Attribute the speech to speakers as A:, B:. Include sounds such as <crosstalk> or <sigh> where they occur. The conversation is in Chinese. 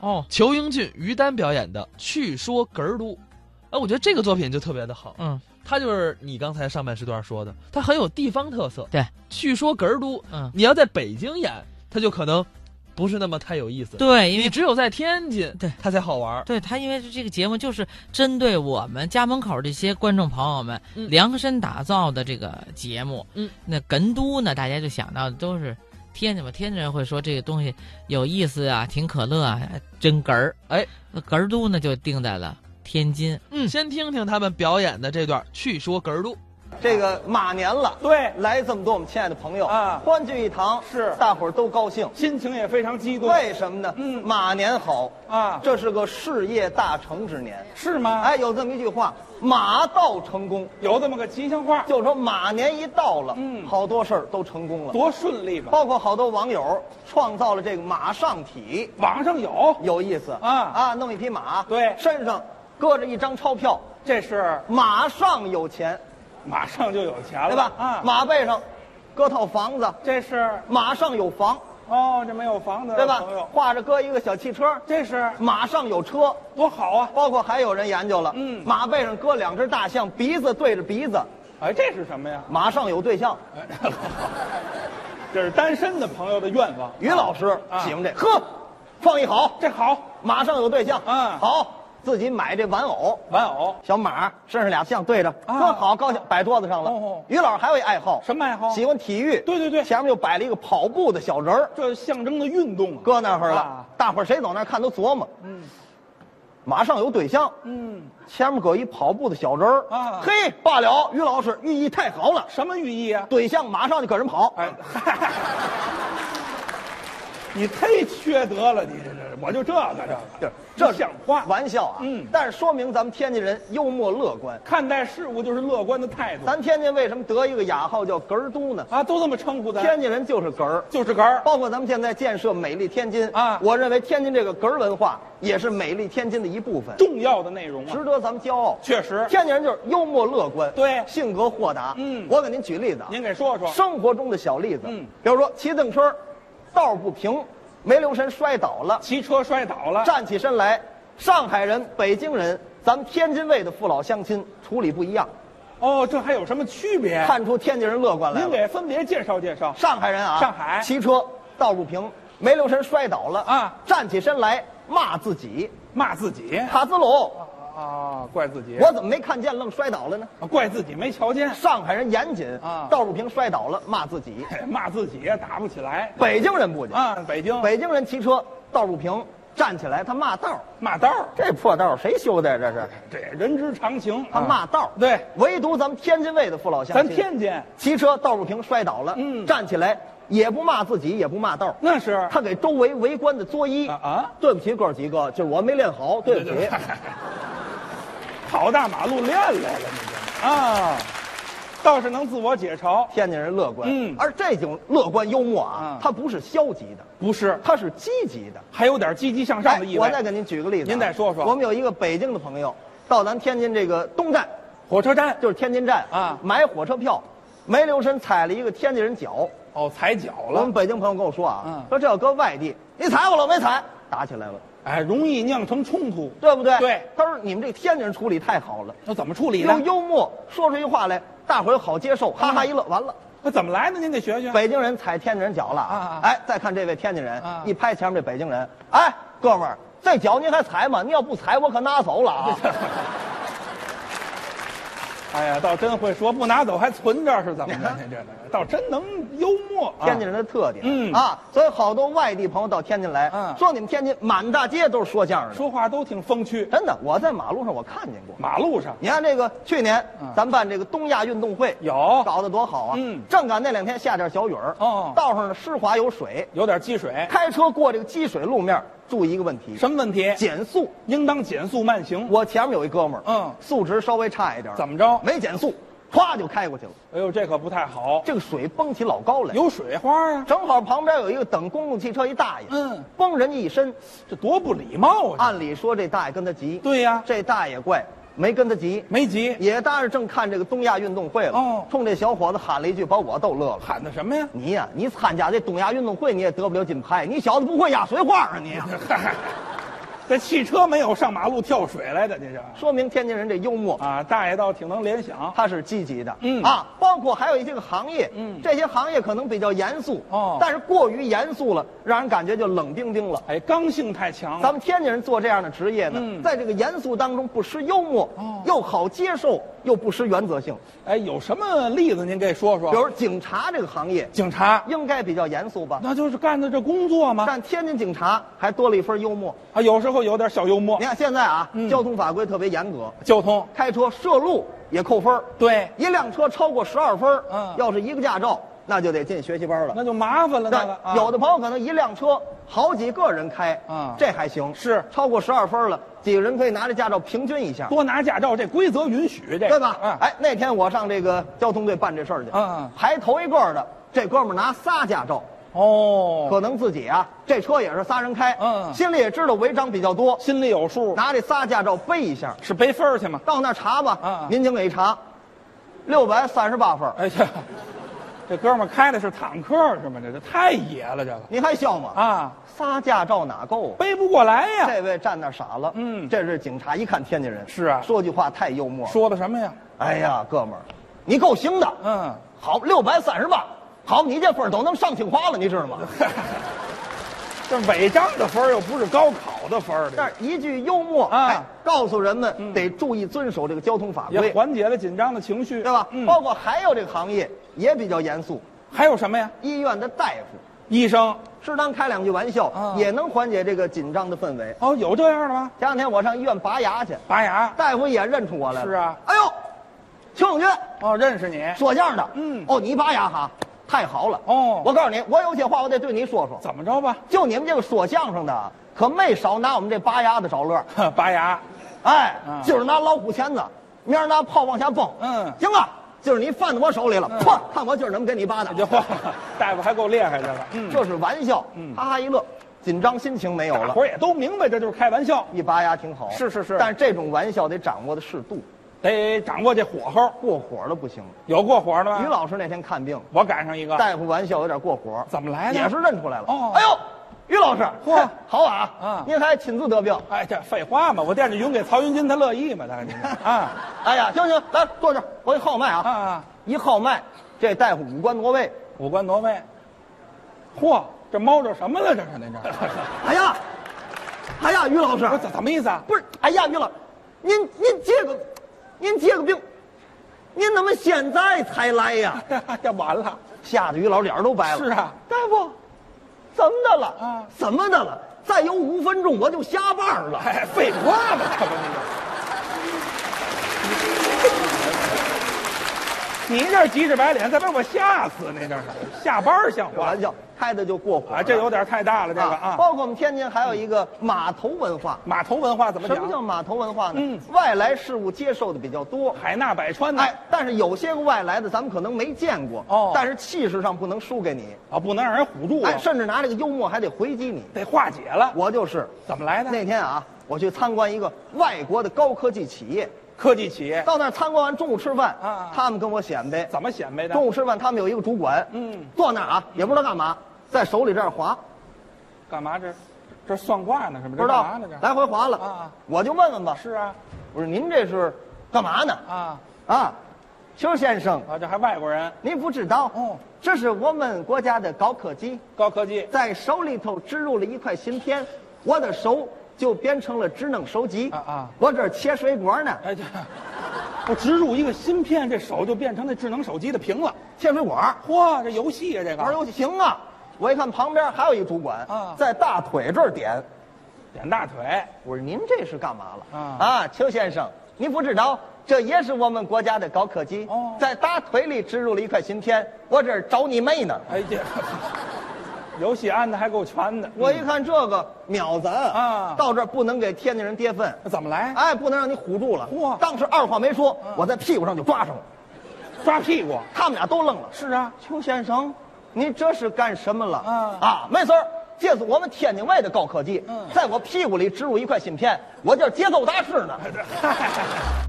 A: 哦，
B: 裘英俊、于丹表演的《去说哏儿都》，哎，我觉得这个作品就特别的好。
A: 嗯
B: 它就是你刚才上半时段说的，它很有地方特色。
A: 对，
B: 据说哏儿都，
A: 嗯，
B: 你要在北京演，它就可能不是那么太有意思。，
A: 对，因
B: 你
A: 为
B: 只有在天津，
A: 对
B: 它才好玩儿。
A: 对他，因为这个节目就是针对我们家门口这些观众朋友们
B: 嗯
A: 量身打造的这个节目。
B: 嗯，
A: 那哏都呢，大家就想到的都是天津嘛，天津人会说这个东西有意思啊，挺可乐啊，真哏儿。
B: 哎，
A: 那哏儿都呢就定在了天津。嗯
B: 先听听他们表演的这段《去说哏儿都》。
C: 这个马年了，
D: 对，
C: 来这么多我们亲爱的朋友
D: 啊
C: 欢聚一堂，
D: 是
C: 大伙儿都高兴。
D: 心情也非常激动。
C: 为什么呢？
D: 嗯
C: 马年好
D: 啊
C: 这是个事业大成之年。
D: 是吗？
C: 哎，，有这么一句话，马到成功，
D: 有这么个吉祥话，
C: 就说马年一到了，
D: 嗯
C: 好多事儿都成功了，
D: 多顺利吧？
C: 包括好多网友创造了这个马上体，
D: 网上有，
C: 有意思
D: 啊
C: 啊，弄一匹马，
D: 对
C: 身上搁着一张钞票，
D: 这是
C: 马上有钱，
D: 马上就有钱了，
C: 对吧？
D: 啊，
C: 马背上搁套房子，
D: 这是
C: 马上有房，
D: 哦，这没有房子的
C: 对吧
D: 朋友？，
C: 挂着搁一个小汽车，
D: 这是
C: 马上有车，
D: 多好啊！
C: 包括还有人研究了，
D: 嗯
C: 马背上搁两只大象，鼻子对着鼻子，
D: 哎，这是什么呀？
C: 马上有对象。
D: 哎这是单身的朋友的愿望。
C: 于老师
D: 啊
C: 喜欢这，呵，放一好，
D: 这好，
C: 马上有对象，
D: 嗯
C: 好，自己买这玩偶。
D: 玩偶
C: 小马身上俩象对着，
D: 啊
C: 呵好高兴，摆桌子上了
D: 哦哦。
C: 于老师还有一爱好，
D: 什么爱好
C: 喜欢体育。
D: 对对对
C: 前面就摆了一个跑步的小人儿，
D: 这象征的运动啊。
C: 搁那儿了
D: 啊。
C: 大伙儿谁走那儿看都琢磨，
D: 嗯
C: 马上有对象，
D: 嗯，
C: 前面搁一跑步的小人儿
D: 啊
C: 嘿，罢了，于老师寓意太好了，
D: 什么寓意啊？
C: 对象马上就搁人跑。 <laughs>
D: 哎，嗨，你忒缺德了，你这这，我就这个这个，
C: 这
D: 不像话。
C: 玩笑啊，
D: 嗯
C: 但是说明咱们天津人幽默乐观。
D: 看待事物就是乐观的态度
C: 咱天津为什么得一个雅号叫“哏儿都”呢？
D: 啊，都这么称呼咱，
C: 天津人就是哏儿，
D: 就是杆儿。
C: 包括咱们现在建设美丽天津
D: 啊
C: 我认为天津这个哏儿文化也是美丽天津的一部分，
D: 重要的内容啊，
C: 值得咱们骄傲。
D: 确实。
C: 天津人就是幽默乐观，
D: 对
C: 性格豁达。
D: 嗯
C: 我给您举例子啊，
D: 您给说说，
C: 生活中的小例子，
D: 嗯
C: 比如说骑自行车，道儿不平，没留神摔倒了，
D: 骑车摔倒了，
C: 站起身来。上海人、北京人，咱们天津卫的父老乡亲处理不一样，
D: 哦，这还有什么区别？
C: 看出天津人乐观来
D: 哎您
C: 了。
D: 给分别介绍介绍。
C: 上海人啊，
D: 上海
C: 骑车道不平，没留神摔倒了
D: 啊
C: 站起身来骂自己，
D: 骂自己
C: 卡兹鲁，
D: 啊，怪自己，
C: 我怎么没看见，愣摔倒了呢？
D: 怪自己没瞧见，
C: 上海人严谨
D: 啊
C: 道不平摔倒了骂自
D: <laughs>
C: 己，
D: 哎骂自己打不起来
C: 北京人不行，
D: 啊。北京
C: 北京人骑车道不平，站起来他骂道儿，
D: 骂道儿，
C: 这破道儿谁修的呀？这是
D: 这人之常情。
C: 他骂道儿、
D: 啊对，
C: 唯独咱们天津卫的父老乡
D: 咱
C: 亲，
D: 天津
C: 骑车道不平摔倒了，
D: 嗯
C: 站起来也不骂自己，也不骂道儿。
D: 那是
C: 他给周围围观的作揖
D: 啊啊！
C: 对不起，哥儿几个，就是我没练好，对不起。
D: 跑大马路练来了，你这啊，倒是能自我解嘲，
C: 天津人乐观，
D: 嗯
C: 而这种乐观幽默啊
D: 啊，
C: 它不是消极的，
D: 不是，
C: 它是积极的。哎
D: 还有点积极向上的意味。
C: 我再给您举个例子啊，
D: 您再说说
C: 我们有一个北京的朋友，到咱天津这个东站，
D: 火车站
C: 就是天津站
D: 啊
C: 买火车票，没留神踩了一个天津人脚。
D: 哦，踩脚
C: 我
D: 了
C: 们，北京朋友跟我说啊
D: 嗯，
C: 说这要搁外地，你踩我了，我没踩，打起来了，
D: 哎，容易酿成冲突。
C: 对不对？
D: 对，
C: 他说你们这天津人处理太好了。
D: 那怎么处理呢嗯
C: 又？幽默，说出一话来，大伙儿又好接受，哈哈一乐。完了，
D: 那怎么来呢？您给学学。
C: 北京人踩天津人脚了。
D: 啊啊
C: 哎，再看这位天津人
D: 啊，
C: 一拍前面这北京人，哎，哥们儿，这脚您还踩吗？你要不踩，我可拿走了
D: <laughs>
C: 啊！
D: 哎呀，倒真会说，不拿走还存着是怎么的？您这这倒真能幽默啊。
C: 天津人的特点，
D: 嗯
C: 啊，所以好多外地朋友到天津来，
D: 嗯
C: 说你们天津满大街都是说相声的，
D: 说话都挺风趣，
C: 真的，我在马路上我看见过。
D: 马路上
C: 你看这个去年
D: 嗯
C: 咱们办这个东亚运动会，
D: 有
C: 搞得多好啊！
D: 嗯
C: 正赶那两天下点小雨儿，
D: 哦
C: 道上呢湿滑有水，
D: 有点积水，
C: 开车过这个积水路面，注意一个问题：
D: 什么问题？
C: 减速。
D: 应当减速慢行。
C: 我前面有一哥们儿，
D: 嗯
C: 素质稍微差一点儿，
D: 怎么着？
C: 没减速，唰就开过去了。
D: 哎呦，这可不太好，
C: 这个水蹦起老高来，
D: 有水花啊呀，
C: 正好旁边有一个等公共汽车一大爷，
D: 嗯，
C: 崩人家一身。
D: 这多不礼貌啊！
C: 按理说这大爷跟他急，
D: 对啊呀
C: 这大爷怪没跟他急，
D: 没急，
C: <laughs> 也当然正看这个东亚运动会了，
D: 哦
C: 冲这小伙子喊了一句，把我逗乐了。
D: 喊的什么呀？
C: 你呀、
D: 嗯
C: 你参加这东亚运动会，你也得不了金牌，你小子不会压水花啊你！
D: <laughs> 这汽车没有上马路跳水来的，这是
C: 说明天津人这幽默，
D: 啊，大爷倒挺能联想。
C: 他是积极的。
D: 嗯
C: 啊，包括还有一些个行业，
D: 嗯
C: 这些行业可能比较严肃，
D: 哦
C: 但是过于严肃了，让人感觉就冷冰冰了。
D: 哎，刚性太强
C: 咱
D: 了。
C: 们天津人做这样的职业呢，
D: 嗯哦
C: 在这个严肃当中不失幽默，又好接受，又不失原则性。
D: 哎，有什么例子您给说说？
C: 比如警察这个行业，
D: 警察，
C: 应该比较严肃吧？
D: 那就是干的这工作嘛。
C: 但天津警察还多了一份幽默。
D: 啊，有时候有点小幽默
C: 你。看现在啊，
D: 嗯
C: 交通法规特别严格，
D: 交通，
C: 开车涉路也扣分儿
D: 对，
C: 一辆车超过十二分儿
D: 嗯
C: 要是一个驾照，那就得进学习班了。
D: 那就麻烦了。那
C: 但
D: 个啊
C: 有的朋友可能一辆车好几个人开，
D: 嗯
C: 这还行，
D: 是
C: 超过十二分了，几个人可以拿着驾照平均一下，
D: 多拿驾照，这规则允许这个。
C: 对吧？
D: 嗯，
C: 哎，那天我上这个交通队办这事儿去，
D: 嗯嗯
C: 排头一个的这哥们儿拿仨驾照，
D: 哦，
C: 可能自己啊这车也是仨人开，
D: 嗯嗯
C: 心里也知道违章比较多，
D: 心里有数，
C: 拿这仨驾照背一下，
D: 是背分儿去嘛？
C: 到那儿查吧，
D: 嗯嗯
C: 民警给一查，六百三十八分儿，
D: 哎呀，这哥们儿开的是坦克是吗？这这太野了，这个
C: 你还笑吗？
D: 啊，
C: 仨驾照哪够啊？
D: 背不过来呀。
C: 这位站那儿傻了，
D: 嗯
C: 这是警察，一看天津人，
D: 是啊
C: 说句话太幽默了。
D: 说的什么呀？
C: 哎呀，哥们儿，你够行的，
D: 嗯，
C: 好，六百三十八，好，你这分儿都能上清华了，你知
D: <laughs>
C: 道吗？
D: 这违章的分儿又不是高考的分儿，这
C: 但
D: 个
C: 是一句幽默，
D: 啊嗯
C: 哎，告诉人们得注意遵守这个交通法
D: 也
C: 规，
D: 缓解了紧张的情绪，
C: 啊对吧？
D: 嗯，
C: 包括还有这个行业也比较严肃，
D: 还有什么呀？
C: 医院的大夫
D: 医生
C: 适当开两句玩笑，
D: 啊
C: 也能缓解这个紧张的氛围。
D: 哦，有这样的吗？
C: 前两天我上医院拔牙去，
D: 拔牙
C: 大夫也认出我来了，
D: 是啊
C: 哎呦，邱永军
D: 哦，认识你
C: 说相声的，
D: 嗯
C: 哦，你拔牙哈，太好了，
D: 哦
C: 我告诉你，我有些话我得对你说说。
D: 怎么着吧？ <laughs>
C: 就你们这个说相声的，可没少拿我们这拔牙的找乐儿。
D: 哼拔牙，
C: 哎，
D: 嗯
C: 今儿拿老虎钳子，明儿拿炮往下崩。
D: 嗯
C: 行啊，今儿你犯到我手里了，
D: 嗯
C: 嚯、看我今儿怎么给你扒的。
D: 这话 <laughs> 大夫还够厉害的了。嗯，
C: 这是玩笑，哈哈一乐，紧张心情没有
D: 大
C: 了
D: 伙。儿也都明白，这就是开玩笑，
C: 一拔牙挺好，
D: 是是是
C: 但这种玩笑得掌握的适度，
D: 得哎掌握这火候。
C: 过火了不行。
D: 有过火的吗？
C: 于老师那天看病，
D: 我赶上一个，
C: 大夫玩笑有点过火，
D: 怎么来的？
C: 也是认出来了。
D: 哎哦
C: 哎呦，于老师，
D: 嚯
C: 嘿好啊，
D: 嗯
C: 您还亲自得病。
D: 哎，这废话嘛，我惦着匀给曹云金，他乐意
C: <laughs>
D: 嘛，他啊
C: 哎呀，行行，来坐这儿，我给你号脉啊。
D: 啊啊，
C: 一号脉，这大夫五官挪位。
D: 五官挪位。嚯，这猫着什么了？这是那 <laughs> 这，
C: 哎呀，哎呀，于老师，
D: 我怎怎么意思啊？ <laughs>
C: 不是，哎呀，于老师，您您这个，您这个病，您怎么现在才来呀？
D: 这完了，
C: 吓得于老师脸儿都白了。
D: 是啊，
C: 大夫，怎么的了？
D: 啊
C: 怎么的了？再有五分钟我就下班了。
D: 哎，废话嘛，这不是你这，你这急着白脸，再把我吓死，那这是下班儿像
C: 开
D: 话
C: 玩笑，开的就过火了
D: 哎啊？这有点太大了，这个啊，
C: 包括我们天津还有一个码头文化。
D: 码头文化怎么
C: 什么叫
D: 讲？
C: 码头文化呢？
D: 嗯
C: 外来事物接受的比较多。
D: 海纳百川呢？
C: 哎，但是有些个外来的咱们可能没见过，
D: 哦
C: 但是气势上不能输给你，
D: 啊，不能让人唬住啊
C: 哎，，甚至拿这个幽默还得回击你。
D: 得化解了。
C: 我就是
D: 怎么来的？
C: 那天啊，我去参观一个外国的高科技企业，
D: 科技企业
C: 到那儿参观完中午吃饭
D: 啊啊，
C: 他们跟我显摆，
D: 怎么显摆的？
C: 中午吃饭他们有一个主管，
D: 嗯，
C: 坐那儿啊也不知道干嘛，在手里这样划，
D: 干嘛这？这算卦呢？是不
C: 不知道
D: 干嘛呢？这
C: 来回划
D: 啊
C: 了
D: 啊，
C: 我就问问吧，
D: 是啊
C: 我说您这是干嘛呢？
D: 啊
C: 啊，邱先生，
D: 啊！这还外国人，
C: 您不知道
D: 哦，
C: 这是我们国家的高科技。
D: 高科技
C: 在手里头植入了一块芯片，我的手就变成了智能手机。
D: 啊啊
C: 我这儿切水果呢，
D: 哎这， <laughs> 我植入一个芯片，这手就变成那智能手机的屏了。
C: 切水果，
D: 嚯，这游戏啊，这
C: 玩
D: 个
C: 游戏行啊。我一看旁边还有一主管，
D: 啊
C: 在大腿这儿点。
D: 点大腿，
C: 我说您这是干嘛了？
D: 啊
C: 邱先生，您不知道，这也是我们国家的高科技，
D: 哦
C: 在大腿里植入了一块芯片。我这儿找你妹呢。
D: 哎这， <laughs> 游戏安的还够全的。
C: 我一看这个秒咱
D: 嗯啊
C: 到这儿不能给天津人跌份，
D: 怎么来？
C: 哎，不能让你唬住了。
D: 嚯嗯
C: 当时二话没说，我在屁股上就抓上了。
D: 抓屁股？
C: 他们俩都愣了。
D: 是啊，
C: 邱先生，您这是干什么了？
D: 嗯
C: 啊，没事儿，这是我们天津卫的高科技，
D: 嗯哎
C: 在我屁股里植入一块芯片，我这节奏大师呢。
D: 嗨